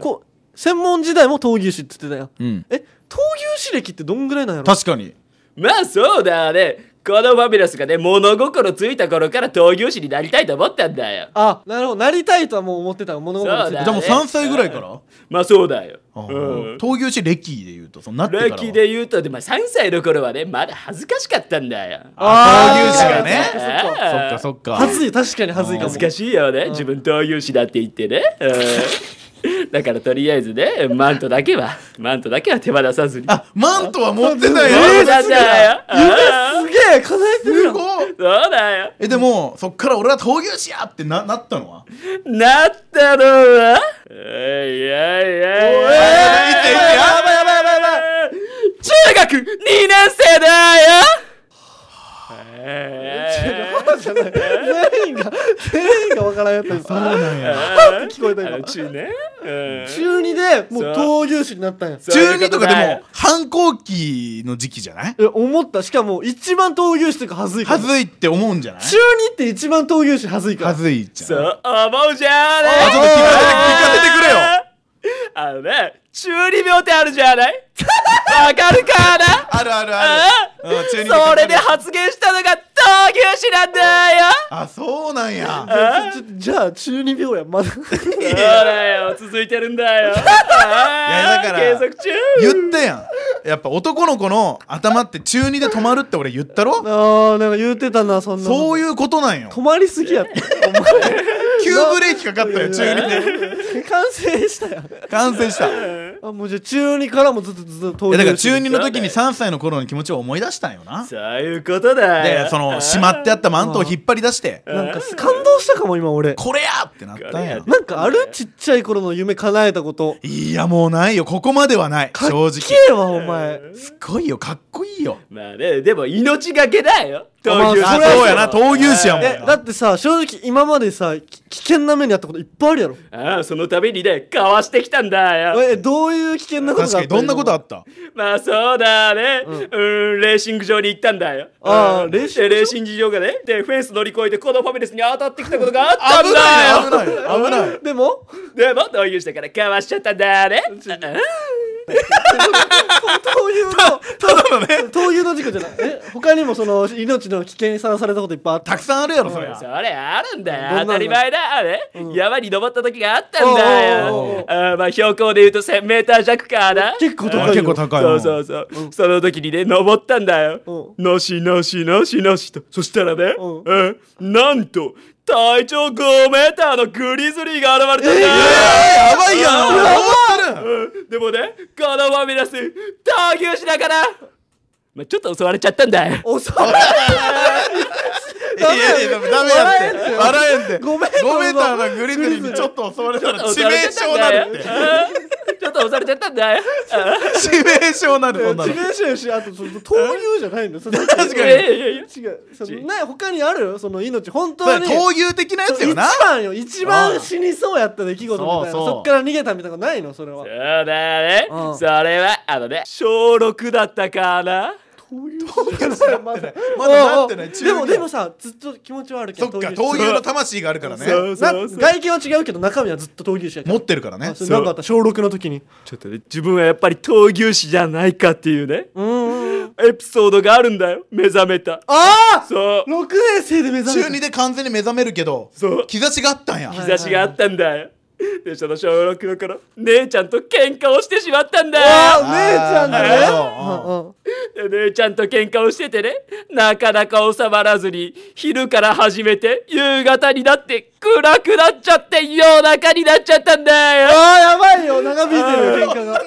[SPEAKER 1] こう専門時代も闘牛士って言ってたやん
[SPEAKER 2] うん
[SPEAKER 1] え闘牛士歴ってどんぐらいなんやろ
[SPEAKER 2] 確かに
[SPEAKER 3] まあそうだね。このファミレスがね、物心ついた頃から闘牛士になりたいと思ったんだよ。
[SPEAKER 1] あなるほどなりたいとはもう思ってた物事につい
[SPEAKER 3] そう
[SPEAKER 1] て
[SPEAKER 3] だ
[SPEAKER 2] じゃあもう3歳ぐらいから
[SPEAKER 3] まあそうだよ。
[SPEAKER 2] ああ
[SPEAKER 3] うん。
[SPEAKER 2] 闘牛士歴で言うとそのなってから
[SPEAKER 3] 歴
[SPEAKER 2] は
[SPEAKER 3] で言うと、でまあ3歳の頃はね、まだ恥ずかしかったんだよ。
[SPEAKER 2] あ
[SPEAKER 1] あー
[SPEAKER 2] 闘牛士がね
[SPEAKER 1] そっかそっ
[SPEAKER 2] そっ
[SPEAKER 3] あ
[SPEAKER 2] かそっか
[SPEAKER 1] はずい確かにはずいかも
[SPEAKER 3] 恥ずかしいよね、自分闘牛士だって言ってね、うんだからとりあえずねマントだけはマントだけは手放さずに
[SPEAKER 2] あマントは持ってた
[SPEAKER 3] そ
[SPEAKER 2] よ
[SPEAKER 3] うなんだよあ
[SPEAKER 1] すげえ叶えてる
[SPEAKER 2] す
[SPEAKER 1] やん
[SPEAKER 2] ごい
[SPEAKER 3] ーそうだよ
[SPEAKER 2] えでもそっから俺は闘牛士やってななったのは
[SPEAKER 3] なったのはおいやいやい
[SPEAKER 2] おい見て見てやばいやばいやばいやばい
[SPEAKER 3] 中学2年生だよえー
[SPEAKER 1] じゃない全員が全員がわからんやったんです
[SPEAKER 2] そうなんや
[SPEAKER 3] あー
[SPEAKER 1] 聞こえた
[SPEAKER 3] あ
[SPEAKER 1] 今
[SPEAKER 3] の中年うん
[SPEAKER 1] 中2でもう闘牛士になったんや
[SPEAKER 3] そう
[SPEAKER 2] 中二とかで
[SPEAKER 3] そういう
[SPEAKER 2] も
[SPEAKER 3] こ
[SPEAKER 2] 反抗期の時期じゃない
[SPEAKER 1] え思ったしかも一番闘牛士とかはずいか
[SPEAKER 2] は
[SPEAKER 1] ら
[SPEAKER 2] ずいって思うんじゃない
[SPEAKER 1] 中2って一番闘牛士はずいから
[SPEAKER 2] はずいじゃ
[SPEAKER 3] そ
[SPEAKER 2] ん
[SPEAKER 3] う思うじゃんね
[SPEAKER 2] あちょっと聞かせて聞かせてくれよ
[SPEAKER 3] あのね、中二病ってあるじゃないわかるかな
[SPEAKER 2] あるあるあ
[SPEAKER 3] あ
[SPEAKER 2] るうん中二
[SPEAKER 3] それで発言したのが闘牛士なんだよ
[SPEAKER 2] あそうなんや
[SPEAKER 1] じゃあちょじゃあ中二病やまだ
[SPEAKER 3] そうだよ、続いてるんだよいや
[SPEAKER 2] だから
[SPEAKER 3] 継続中
[SPEAKER 2] 言ったやんやっぱ男の子の頭って中二で止まるって俺言ったろ
[SPEAKER 1] ああなんか言うてたなそんな
[SPEAKER 2] そういううことなんよ
[SPEAKER 1] 止まりすぎやって
[SPEAKER 2] 急ブレーキかかったよ中二で
[SPEAKER 1] で完成したやん
[SPEAKER 2] 完成 したい
[SPEAKER 1] あもうじゃあ中二からもずっとずっと闘牛
[SPEAKER 2] や
[SPEAKER 1] 士
[SPEAKER 2] だから中二の時に3歳の頃の気持ちを思い出したんよな
[SPEAKER 3] そういうことだよ
[SPEAKER 2] でそのしまってあったマントを引っ張り出して
[SPEAKER 1] なんか感動したかも今俺
[SPEAKER 2] これやってなったんや
[SPEAKER 3] こ
[SPEAKER 1] なんかあるちっちゃい頃の夢叶えたこと
[SPEAKER 2] いやもうないよここまではない正直
[SPEAKER 1] けえわお前
[SPEAKER 2] すごいよかっこいいよ
[SPEAKER 3] まあね、でも命がけだよ。闘
[SPEAKER 1] まあ
[SPEAKER 3] 牛
[SPEAKER 1] そ
[SPEAKER 2] あ
[SPEAKER 1] れは
[SPEAKER 2] そうやな闘牛士やもん
[SPEAKER 1] えだってさ正直今までさき危険な目にあったこといっぱいあるやろ
[SPEAKER 3] ああ、そのためにね、かわしてきたんだよ。
[SPEAKER 1] えどういう危険なことがあっ
[SPEAKER 2] 確
[SPEAKER 1] た
[SPEAKER 2] かにどんなことあった
[SPEAKER 3] まあそうだね。うん、レーシング場に行ったんだよ。
[SPEAKER 1] あー
[SPEAKER 3] うん
[SPEAKER 1] レーシング場
[SPEAKER 3] でレーシング場がね、で、フェンス乗り越えてこのファミレスに当たってきたことがあったんだ
[SPEAKER 2] 危
[SPEAKER 3] よ。
[SPEAKER 2] ない危ない危ない
[SPEAKER 1] い でも
[SPEAKER 3] でも、闘牛したからかわしちゃったんだね。
[SPEAKER 1] 闘牛の闘牛の事故じゃないえ他にもその命の危険にさらされたこといっぱいあった
[SPEAKER 2] たくさんあるやろそり
[SPEAKER 3] うん
[SPEAKER 2] ゃ
[SPEAKER 3] それあるんだよ。
[SPEAKER 1] どんなの
[SPEAKER 3] 当たり前だ。あれ、山に登った時があったんだ
[SPEAKER 1] おうおうおう
[SPEAKER 3] よ。あーまあ標高で言うと1000メーター弱かな。
[SPEAKER 1] 結構
[SPEAKER 2] あ
[SPEAKER 1] 高い
[SPEAKER 2] 結
[SPEAKER 1] よ
[SPEAKER 2] 構高い
[SPEAKER 3] そう
[SPEAKER 2] よ
[SPEAKER 3] そうそう、その時にね登ったんだよ、
[SPEAKER 1] う
[SPEAKER 3] なしなしなしなしとそしたらね、
[SPEAKER 1] う
[SPEAKER 3] えなんと体長5メーターのグリズリーが現れたんだよ、
[SPEAKER 2] やばい やんやばい
[SPEAKER 3] うんでもねこのファミレス闘牛しながら、まあ、ちょっと襲われちゃったんだよ
[SPEAKER 1] おさら
[SPEAKER 2] いや いやダメやって笑えんて
[SPEAKER 1] ごめん
[SPEAKER 2] 5メーターのグリズリーにちょっと襲われたら致命傷なるって
[SPEAKER 3] うんちょっと襲われちゃったんだよ
[SPEAKER 2] 致命傷なる
[SPEAKER 1] 致
[SPEAKER 2] 女の
[SPEAKER 1] 命傷やしあとその闘牛じゃないんだよその
[SPEAKER 2] 確か
[SPEAKER 3] い
[SPEAKER 2] に
[SPEAKER 3] やいやいや
[SPEAKER 1] 違うそのね他にあるその命本当に
[SPEAKER 2] 闘牛的なやつ
[SPEAKER 1] そう
[SPEAKER 2] よ
[SPEAKER 1] 一
[SPEAKER 2] な
[SPEAKER 1] 番よ一番死にそうやった出来事みたいな
[SPEAKER 2] そう
[SPEAKER 1] そ
[SPEAKER 2] そう
[SPEAKER 1] っから逃げたみたいなことないのそれは
[SPEAKER 3] そうだね、
[SPEAKER 1] うん
[SPEAKER 3] それはあのね小6だったかな
[SPEAKER 1] まだ
[SPEAKER 2] まだなってない中
[SPEAKER 1] で
[SPEAKER 2] 二
[SPEAKER 1] もでもさずっと気持ちはあるけ
[SPEAKER 2] そ
[SPEAKER 1] ど
[SPEAKER 2] っか闘
[SPEAKER 1] 闘牛
[SPEAKER 2] 牛の魂があるからね
[SPEAKER 3] そう
[SPEAKER 1] な
[SPEAKER 3] そうそう
[SPEAKER 1] 外見は違うけど中身はずっと闘牛士やから
[SPEAKER 2] 持ってるからね
[SPEAKER 1] あそれなんかあった小6の時に
[SPEAKER 3] ちょっとね自分はやっぱり闘牛士じゃないかっていうね
[SPEAKER 1] うーん
[SPEAKER 3] エピソードがあるんだよ目覚めた
[SPEAKER 1] ああ
[SPEAKER 3] そう
[SPEAKER 1] 6年生で目覚め
[SPEAKER 2] 中
[SPEAKER 1] た
[SPEAKER 2] 2で完全に目覚めるけど
[SPEAKER 3] そう
[SPEAKER 2] 兆しがあったんや
[SPEAKER 1] はい
[SPEAKER 3] 日差しがあったんだよでその小6の頃姉ちゃんと喧嘩をしてしまったんだ
[SPEAKER 1] あお
[SPEAKER 3] よ
[SPEAKER 1] 姉ちゃんだね
[SPEAKER 2] なるほど
[SPEAKER 1] あ
[SPEAKER 3] で姉ちゃんと喧嘩をしててねなかなか収まらずに昼から始めて夕方になって暗くなっちゃって夜中になっちゃったんだよ
[SPEAKER 1] あやばいよ長引いてるよ喧嘩が
[SPEAKER 2] 長く喧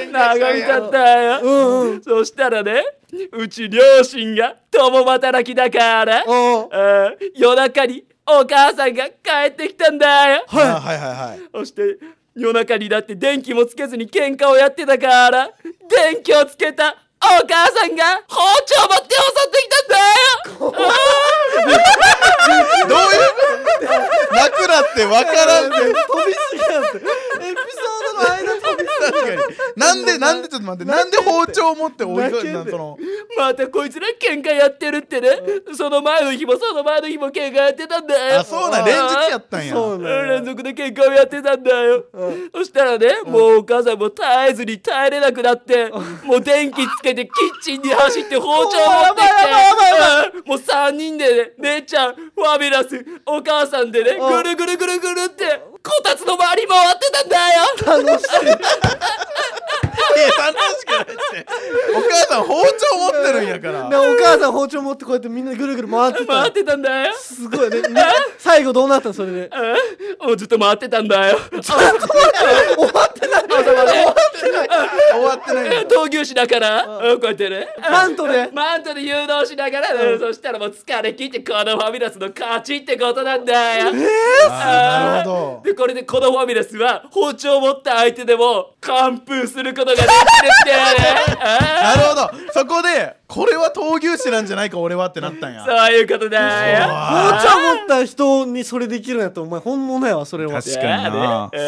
[SPEAKER 2] 嘩した
[SPEAKER 3] 長
[SPEAKER 2] ん
[SPEAKER 3] 引
[SPEAKER 2] や
[SPEAKER 3] かったよ、
[SPEAKER 1] うんうん
[SPEAKER 3] そしたらねうち両親が共働きだから
[SPEAKER 1] おー
[SPEAKER 3] あー夜中にお母さんが帰ってきたんだよ
[SPEAKER 2] はいはいはいはい
[SPEAKER 3] そして夜中になって電気もつけずに喧嘩をやってたから電気をつけたお母さんが包丁を持って襲ってきたんだよ
[SPEAKER 2] どういう楽だってわからん
[SPEAKER 1] 飛
[SPEAKER 2] て
[SPEAKER 1] びすぎなんてエピソードの間飛びす
[SPEAKER 2] 確かになんでなんでちょっと待ってなんで包丁を持って追いかけ
[SPEAKER 1] 泣けん
[SPEAKER 2] た
[SPEAKER 1] で
[SPEAKER 2] その
[SPEAKER 3] またこいつら喧嘩やってるってねその前の日もその前の日も喧嘩やってたんだよ
[SPEAKER 2] あそうなん連日やったん
[SPEAKER 1] ぎ
[SPEAKER 2] や
[SPEAKER 1] そうなんだ
[SPEAKER 3] 連続で喧嘩をやってたんだよ、
[SPEAKER 1] うん
[SPEAKER 3] そしたらね、もうお母さんも耐えずに耐えれなくなって、もう電気つけてキッチンに走って包丁持ってきて
[SPEAKER 1] おーやばいやばいやばいや
[SPEAKER 3] うんもう3人でね姉ちゃんファビュラスお母さんでね
[SPEAKER 1] うん
[SPEAKER 3] ぐるぐるぐるぐるってこたつの周り回ってたんだよ
[SPEAKER 1] 楽しい
[SPEAKER 2] いや楽しくないってお母さん包丁持ってるんやか
[SPEAKER 1] で
[SPEAKER 2] ら
[SPEAKER 1] お母さん包丁持ってこうやってみんなでぐるぐる回って
[SPEAKER 3] 回ったてたんだよ
[SPEAKER 1] すごいねみんな最後どうなったのそれで
[SPEAKER 3] うんもうずっと回ってたんだよ
[SPEAKER 1] 終わってない
[SPEAKER 2] 終わってないんだ
[SPEAKER 3] 闘牛士だから、うんこうやってね、
[SPEAKER 1] マントで
[SPEAKER 3] マントで誘導しながら、うんそしたらもう疲れ切ってこのファミレスの勝ちってことなんだよ
[SPEAKER 2] あーなるほど
[SPEAKER 3] でこれでこのファミレスは包丁を持った相手でも完封することができるってねあ
[SPEAKER 2] なるほどそこでこれは闘牛士なんじゃないか俺はってなったん
[SPEAKER 3] ー
[SPEAKER 2] や
[SPEAKER 3] そういうことだよ
[SPEAKER 1] 包丁持った人にそれできるんやったらお前本物やわそれは
[SPEAKER 2] 確かにな
[SPEAKER 3] ね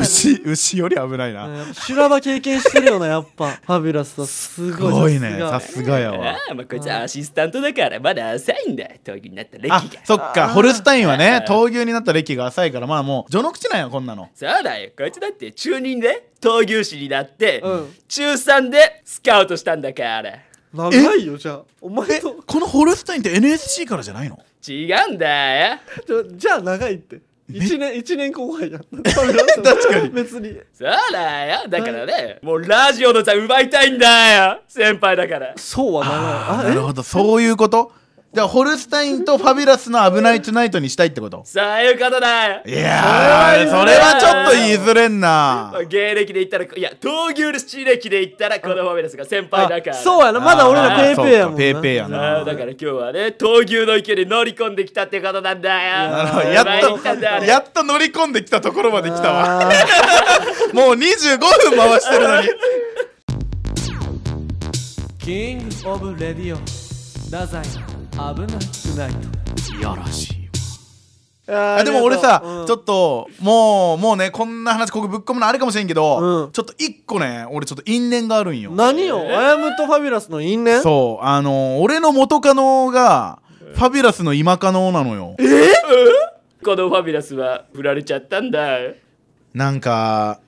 [SPEAKER 2] 牛牛より危ないな
[SPEAKER 1] うん修羅場経験してるよなやっぱファビュラスさんす
[SPEAKER 2] す
[SPEAKER 1] ごい
[SPEAKER 2] ごいね
[SPEAKER 1] さ
[SPEAKER 2] さ
[SPEAKER 1] す
[SPEAKER 2] すがや
[SPEAKER 3] うん
[SPEAKER 2] わ
[SPEAKER 3] あーまあこいつはアシスタントだからまだ浅いんだ闘牛になった歴が
[SPEAKER 2] あそっかホルスタインはね闘牛になった歴が浅いからまあもう序の口なんやこんなの
[SPEAKER 3] そうだよこいつだって中2で闘牛士になって、
[SPEAKER 1] うん
[SPEAKER 3] 中3でスカウトしたんだから
[SPEAKER 1] が長いよじゃあお前
[SPEAKER 2] え
[SPEAKER 1] と
[SPEAKER 2] このホルスタインって NSC からじゃないの
[SPEAKER 3] 違うんだよ
[SPEAKER 1] ちょじゃあ長いって一年一年後輩やったファビュラスさん
[SPEAKER 2] 確かに
[SPEAKER 1] 別に
[SPEAKER 3] そうだよだからねもうラジオの座奪いたいんだよ先輩だから
[SPEAKER 1] そうは
[SPEAKER 2] あ
[SPEAKER 1] 長
[SPEAKER 2] ないる
[SPEAKER 1] あ
[SPEAKER 2] ほどそういうことじゃあホルスタインとファビュラスの「危ないトゥナイト」にしたいってこと
[SPEAKER 3] そういうことだよ
[SPEAKER 2] いやーそれはちょっと言いづれんな
[SPEAKER 3] まあ芸歴で言ったらいや闘牛歴で言ったらこのファミレスが先輩だ
[SPEAKER 1] え
[SPEAKER 3] から
[SPEAKER 1] そうやなまだ俺らペーペーやもんな
[SPEAKER 2] そうかペーペーや
[SPEAKER 3] あ
[SPEAKER 2] な
[SPEAKER 3] あだから今日はね闘牛の池に乗り込んできたってことなんだよ
[SPEAKER 2] なるほど
[SPEAKER 3] お前に来たんだ
[SPEAKER 2] やっ
[SPEAKER 3] よ
[SPEAKER 2] とやっと乗り込んできたところまで来たわ
[SPEAKER 1] あー
[SPEAKER 2] もう25分回してるのに
[SPEAKER 1] キングオブレディオ太宰危なくない
[SPEAKER 2] やらしい
[SPEAKER 1] あ
[SPEAKER 2] あでも俺さ、ちょ
[SPEAKER 1] と
[SPEAKER 2] っともうもうねこんな話ここぶっ込むのあれかもしれんけど、
[SPEAKER 1] うん
[SPEAKER 2] ちょっと一個ね俺ちょっと因縁があるんよ
[SPEAKER 1] 何よ、アヤムとファビュラスの因縁
[SPEAKER 2] そうあの俺の元カノがファビュラスの今カノなのよ
[SPEAKER 3] このファビュラスは振られちゃったんだえ
[SPEAKER 2] なんか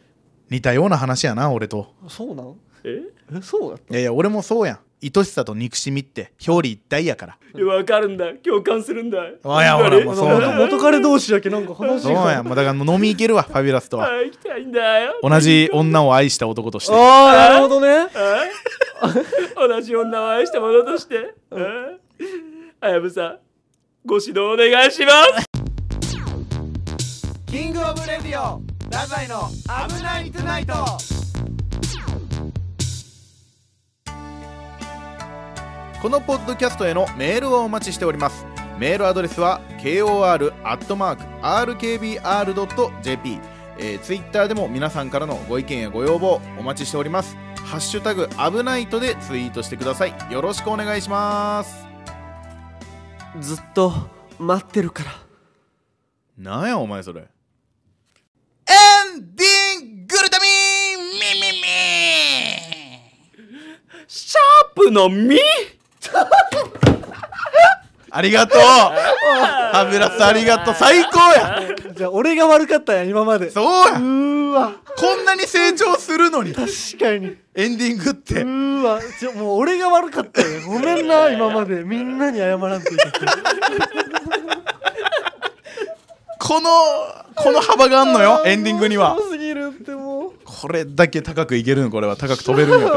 [SPEAKER 2] 似たような話やな俺と
[SPEAKER 1] そうなんえそうだっ
[SPEAKER 2] いやいや俺もそうやん愛しさと憎しみって表裏一体やから
[SPEAKER 3] いやわかるんだ共感するんだ
[SPEAKER 2] あいやほら
[SPEAKER 1] た
[SPEAKER 2] もうそう
[SPEAKER 1] 元
[SPEAKER 2] だ
[SPEAKER 1] 元彼同士やけなんか話
[SPEAKER 2] そうやんもうだからもう飲み行けるわファビュラスとは
[SPEAKER 3] あ行きたいんだよ
[SPEAKER 2] 同じ女を愛した男として
[SPEAKER 1] ああなるほどね
[SPEAKER 3] あ同じ女を愛した者としてあやぶさんご指導お願いします
[SPEAKER 1] キングオブレディオダザイの危ないトゥナイト
[SPEAKER 2] このポッドキャストへのメールをお待ちしておりますメールアドレスは kor.rkbr.jp えー、ツイッターでも皆さんからのご意見やご要望お待ちしておりますハッシュタグ危ないとでツイートしてくださいよろしくお願いします
[SPEAKER 1] ずっと待ってるから
[SPEAKER 2] なんやお前それエンディンググルタミンミミミ
[SPEAKER 3] シャープの実
[SPEAKER 2] ありが とうハブラスありがとう最高や
[SPEAKER 1] じゃあ俺が悪かったんや今までう
[SPEAKER 2] そうや
[SPEAKER 1] ーわ
[SPEAKER 2] こんなに成長するのに
[SPEAKER 1] 確かに
[SPEAKER 2] エンディングっ
[SPEAKER 1] う
[SPEAKER 2] て
[SPEAKER 1] ーわちょもう俺が悪かったよごめん な今までみんなに謝らんといけない
[SPEAKER 2] このこの幅があんの よエンディングには
[SPEAKER 1] もうすごすぎるってもう
[SPEAKER 2] これだけ高くいけるのこれは高く飛べるんやか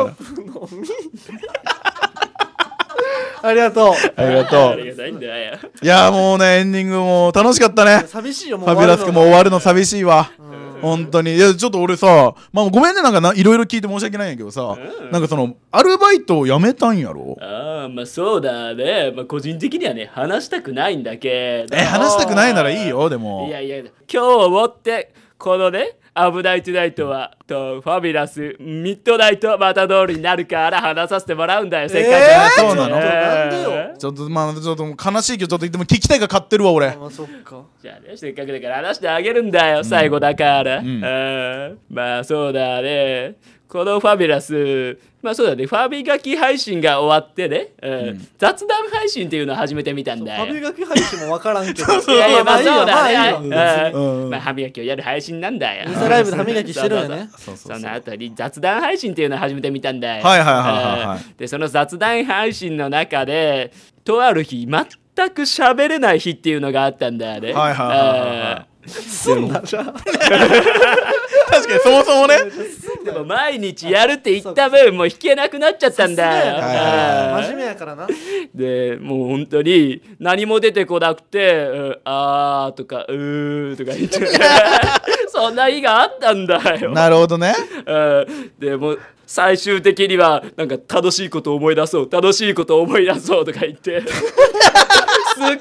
[SPEAKER 2] ら
[SPEAKER 1] ありがと
[SPEAKER 2] ありがと
[SPEAKER 3] あ
[SPEAKER 2] う
[SPEAKER 3] りがたいんだよ
[SPEAKER 2] いやもうねエンディングも楽しかったね
[SPEAKER 1] う寂しいよも
[SPEAKER 2] フ
[SPEAKER 1] う
[SPEAKER 2] ァビュラス君も
[SPEAKER 1] 終
[SPEAKER 2] 終
[SPEAKER 1] わ
[SPEAKER 2] わるの寂しいわ本当にいやちょっと俺さまあごめんねなんかないろいろ聞いて申し訳ないんやけどさなんかそのアルバイトを辞めたんやろ
[SPEAKER 3] ああまあそうだね、まあ、個人的にはね話したくないんだけど
[SPEAKER 2] え話したくないならいいよでも
[SPEAKER 3] いやいや今日をもってこのね「危ないトゥナイトは」とファビュラスミッドナイトまた通りになるから話させてもらうんだよせっかく
[SPEAKER 1] えー
[SPEAKER 3] 話して
[SPEAKER 2] そうな
[SPEAKER 1] なんで
[SPEAKER 2] の
[SPEAKER 1] よ
[SPEAKER 3] えー
[SPEAKER 2] ちょっとまあちょっともう悲しいけどちょっと言っても聞きたいが勝ってるわ俺
[SPEAKER 1] るのあそっか
[SPEAKER 3] じゃあねせっかくだから話してあげるんだよ、最後だから、うんまあそうだねこのファビュラスまあそうだねファビガキ配信が終わってね、うん雑談配信っていうのを始めてみたんだよ
[SPEAKER 1] 歯磨き配信もわからんけど
[SPEAKER 3] いやいや、まあそう
[SPEAKER 1] ま
[SPEAKER 3] だ
[SPEAKER 1] あいいよまあいいよ
[SPEAKER 3] ね。
[SPEAKER 2] う
[SPEAKER 3] うんんまあ歯磨きをやる配信なんだよ。
[SPEAKER 1] インスタライブで歯磨きしてるよね
[SPEAKER 3] そうそうそう。その後に雑談配信っていうのを始めてみたんだよ。
[SPEAKER 2] はいはいはいはいはい
[SPEAKER 3] うんで、その雑談配信の中で、とある日、全く喋れない日っていうのがあったんだよね。
[SPEAKER 2] はいはいはいはいは
[SPEAKER 1] すんなじゃあ
[SPEAKER 2] 確かにそもそもね
[SPEAKER 3] うんでも毎日やるって言った分、もう弾けなくなっちゃった
[SPEAKER 2] は
[SPEAKER 3] ん
[SPEAKER 2] いはい
[SPEAKER 3] だよ。うん
[SPEAKER 1] 真面目やからな
[SPEAKER 3] でもう本当に何も出てこなくて「うんあー」とか「うー」とか言ってそんな日があったんだよ。
[SPEAKER 2] なるほどね
[SPEAKER 3] うんでもう最終的にはなんか楽しいことを思い出そう楽しいことを思い出そうとか言って すっ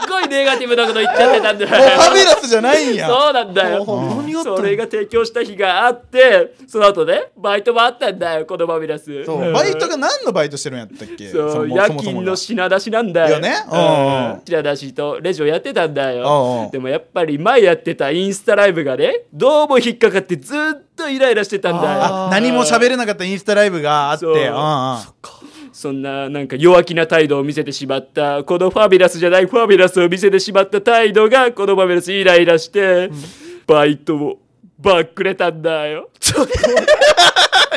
[SPEAKER 3] ごいネガティブなこと言っちゃってたん
[SPEAKER 2] も
[SPEAKER 3] だ
[SPEAKER 2] うファビュ
[SPEAKER 3] よ。
[SPEAKER 2] ラスじゃないんや
[SPEAKER 3] そうなんだよ。
[SPEAKER 1] もう何があったの
[SPEAKER 3] それが提供した日があってその後ねバイトもあったんだよこのファビュラス。
[SPEAKER 2] そううんバイトが何のバイトしてるんやったっけ
[SPEAKER 3] そう
[SPEAKER 2] も
[SPEAKER 3] 夜
[SPEAKER 2] もそも
[SPEAKER 3] 勤
[SPEAKER 2] が
[SPEAKER 3] の品出しなんだよ
[SPEAKER 2] よね
[SPEAKER 3] う
[SPEAKER 2] うん
[SPEAKER 3] ん品出しとレジをやってたんだ
[SPEAKER 2] うんう
[SPEAKER 3] よ
[SPEAKER 2] ん
[SPEAKER 3] でもやっぱり前やってたインスタライブがねどうも引っかかってずっとイライラしてたんだよ
[SPEAKER 2] あ何も喋れなかったインスタライブがあって
[SPEAKER 3] そう
[SPEAKER 2] う
[SPEAKER 3] そんななんか弱気な態度を見せてしまったこのファビュラスじゃないファビュラスを見せてしまった態度がこのファビュラスイライラして、バイトをバックれたんだよ
[SPEAKER 2] ん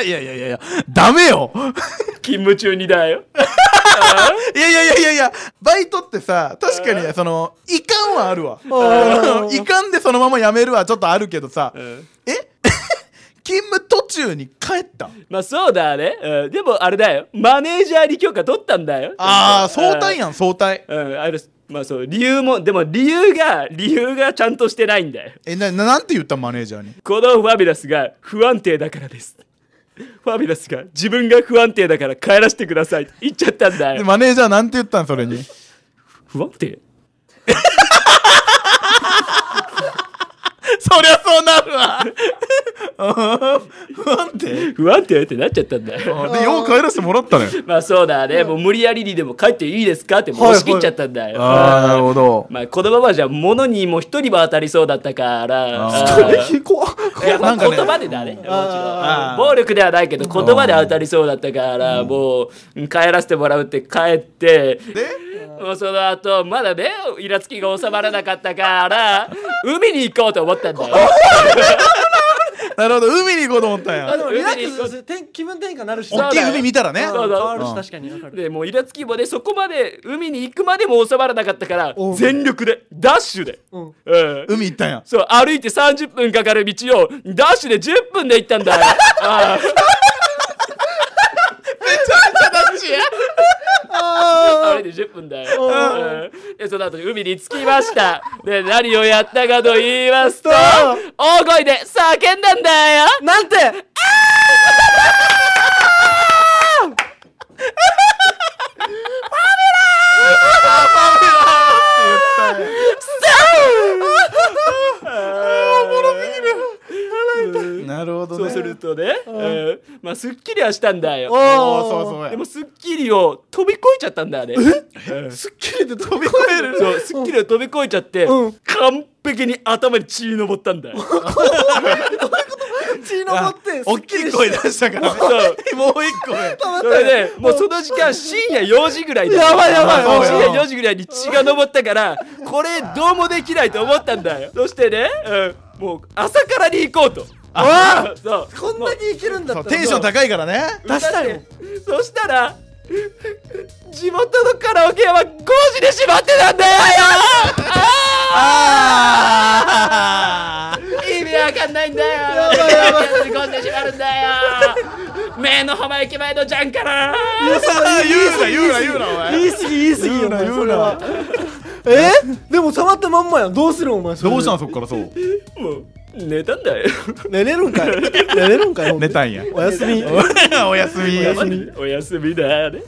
[SPEAKER 2] うんいやいやいやいやダメよ
[SPEAKER 3] 勤務中にだよ
[SPEAKER 2] いやいやいやいやいやバイトってさ確かにそのいかんはあるわ
[SPEAKER 1] あー
[SPEAKER 2] いかんでそのまま辞めるはちょっとあるけどさ
[SPEAKER 3] うん
[SPEAKER 2] え 勤務途中に帰った
[SPEAKER 3] まあそうだね、うんでもあれだよマネージャーに許可取ったんだよ
[SPEAKER 2] ああ相対
[SPEAKER 3] や
[SPEAKER 2] やん相対
[SPEAKER 3] うんあれまあそう理由もでも理由が理由がちゃんとしてないんだよ
[SPEAKER 2] えなななんて言ったマネージャーに
[SPEAKER 3] このファビュラスが不安定だからですファビュラスが自分が不安定だから帰らせてくださいって言っちゃったんだ
[SPEAKER 2] で
[SPEAKER 3] よ
[SPEAKER 2] マネージャーなんて言ったんそれに
[SPEAKER 3] 不安定
[SPEAKER 2] そりゃそうなるわ不安定
[SPEAKER 3] 不安定ってなっちゃったんだよ。
[SPEAKER 2] でよう帰らせてもらったね
[SPEAKER 3] まあそうだね、もう無理やりにでも帰っていいですかってもう押し切っちゃったんだよ。
[SPEAKER 2] ああなるほど
[SPEAKER 3] まあこのままじゃ物にも一人も当たりそうだったから。
[SPEAKER 2] あー
[SPEAKER 3] あー
[SPEAKER 1] え怖っ
[SPEAKER 3] いやま
[SPEAKER 2] な
[SPEAKER 3] あ
[SPEAKER 2] んかね
[SPEAKER 3] 言葉でだね、もちろん
[SPEAKER 1] あ
[SPEAKER 2] ー
[SPEAKER 3] 暴力ではないけど言葉で当たりそうだったから、もううん帰らせてもらうって帰って
[SPEAKER 2] で
[SPEAKER 3] もうその後まだねイラつきが収まらなかったから海に行こうと思ったんだ よ
[SPEAKER 2] なるほど海に行こうと思ったん
[SPEAKER 1] あ
[SPEAKER 2] や
[SPEAKER 1] でもリラックスするてん気分転換なるし
[SPEAKER 3] そう
[SPEAKER 2] 大
[SPEAKER 1] な
[SPEAKER 2] きい海見たらね
[SPEAKER 1] うん
[SPEAKER 3] そう
[SPEAKER 1] 変
[SPEAKER 3] だ
[SPEAKER 1] わるし確かにわかる
[SPEAKER 3] でもうイラつきもねそこまで海に行くまでも収まらなかったから
[SPEAKER 1] おう
[SPEAKER 3] 全力でダッシュで、
[SPEAKER 1] うん
[SPEAKER 3] うん
[SPEAKER 2] 海行ったんや
[SPEAKER 3] そう歩いて30分かかる道をダッシュで10分で行ったんだよあーあれで10分だよ。うんで、その後に海に着きました。で、何をやったかと言いますと、大声で叫んだんだよ
[SPEAKER 1] なんて
[SPEAKER 2] なるほど
[SPEAKER 3] そう
[SPEAKER 2] ね
[SPEAKER 3] するとね、うんまあ、すっきりはしたんだよ。
[SPEAKER 1] おー
[SPEAKER 2] ああそうそうや
[SPEAKER 3] でも、すっきりを飛び越えちゃったんだよね。うん
[SPEAKER 1] すっきりで飛び越え る
[SPEAKER 3] そう、すっきりを飛び越えちゃって、
[SPEAKER 1] うん
[SPEAKER 3] 完璧に頭に血に上ったんだよ。
[SPEAKER 1] 血登って
[SPEAKER 2] 大きい声出したからね
[SPEAKER 3] そう
[SPEAKER 2] もう一個目
[SPEAKER 1] たまっ
[SPEAKER 3] そ
[SPEAKER 1] た
[SPEAKER 3] れ
[SPEAKER 1] よ
[SPEAKER 3] でもうその時間深夜4時ぐらいだ
[SPEAKER 1] やばいや
[SPEAKER 2] ばい
[SPEAKER 3] そう
[SPEAKER 2] そうよ
[SPEAKER 3] 深夜4時ぐらいに血が昇ったからこれどうもできないと思ったんだよそしてね、うん、もう朝からに行こうとああそう
[SPEAKER 1] こんだけいけるんだ
[SPEAKER 2] そ
[SPEAKER 1] っ
[SPEAKER 2] う
[SPEAKER 1] た
[SPEAKER 2] テンション高いからね
[SPEAKER 1] 出したよ
[SPEAKER 3] だってそしたら地元のカラオケ屋は5時で閉まってたんだよ
[SPEAKER 2] ああ
[SPEAKER 3] 意味わかんないんだよ
[SPEAKER 1] ばいやばい
[SPEAKER 3] 5時で閉まるんだよ目の浜駅前のジャンから
[SPEAKER 2] 言うな言うな言うなお前
[SPEAKER 1] 言い過ぎ言い過ぎ
[SPEAKER 2] 言うな
[SPEAKER 1] お前
[SPEAKER 2] 言
[SPEAKER 1] そ
[SPEAKER 2] うな
[SPEAKER 1] れはえでも溜まったまんまやんどうするお前それ
[SPEAKER 2] どうしたんそっからそう
[SPEAKER 3] もう寝たんだ よ
[SPEAKER 1] 寝れるん かい寝れるんかいほんと
[SPEAKER 2] 寝たんや
[SPEAKER 1] おやすみ
[SPEAKER 2] おやすみ
[SPEAKER 3] おやすみだね。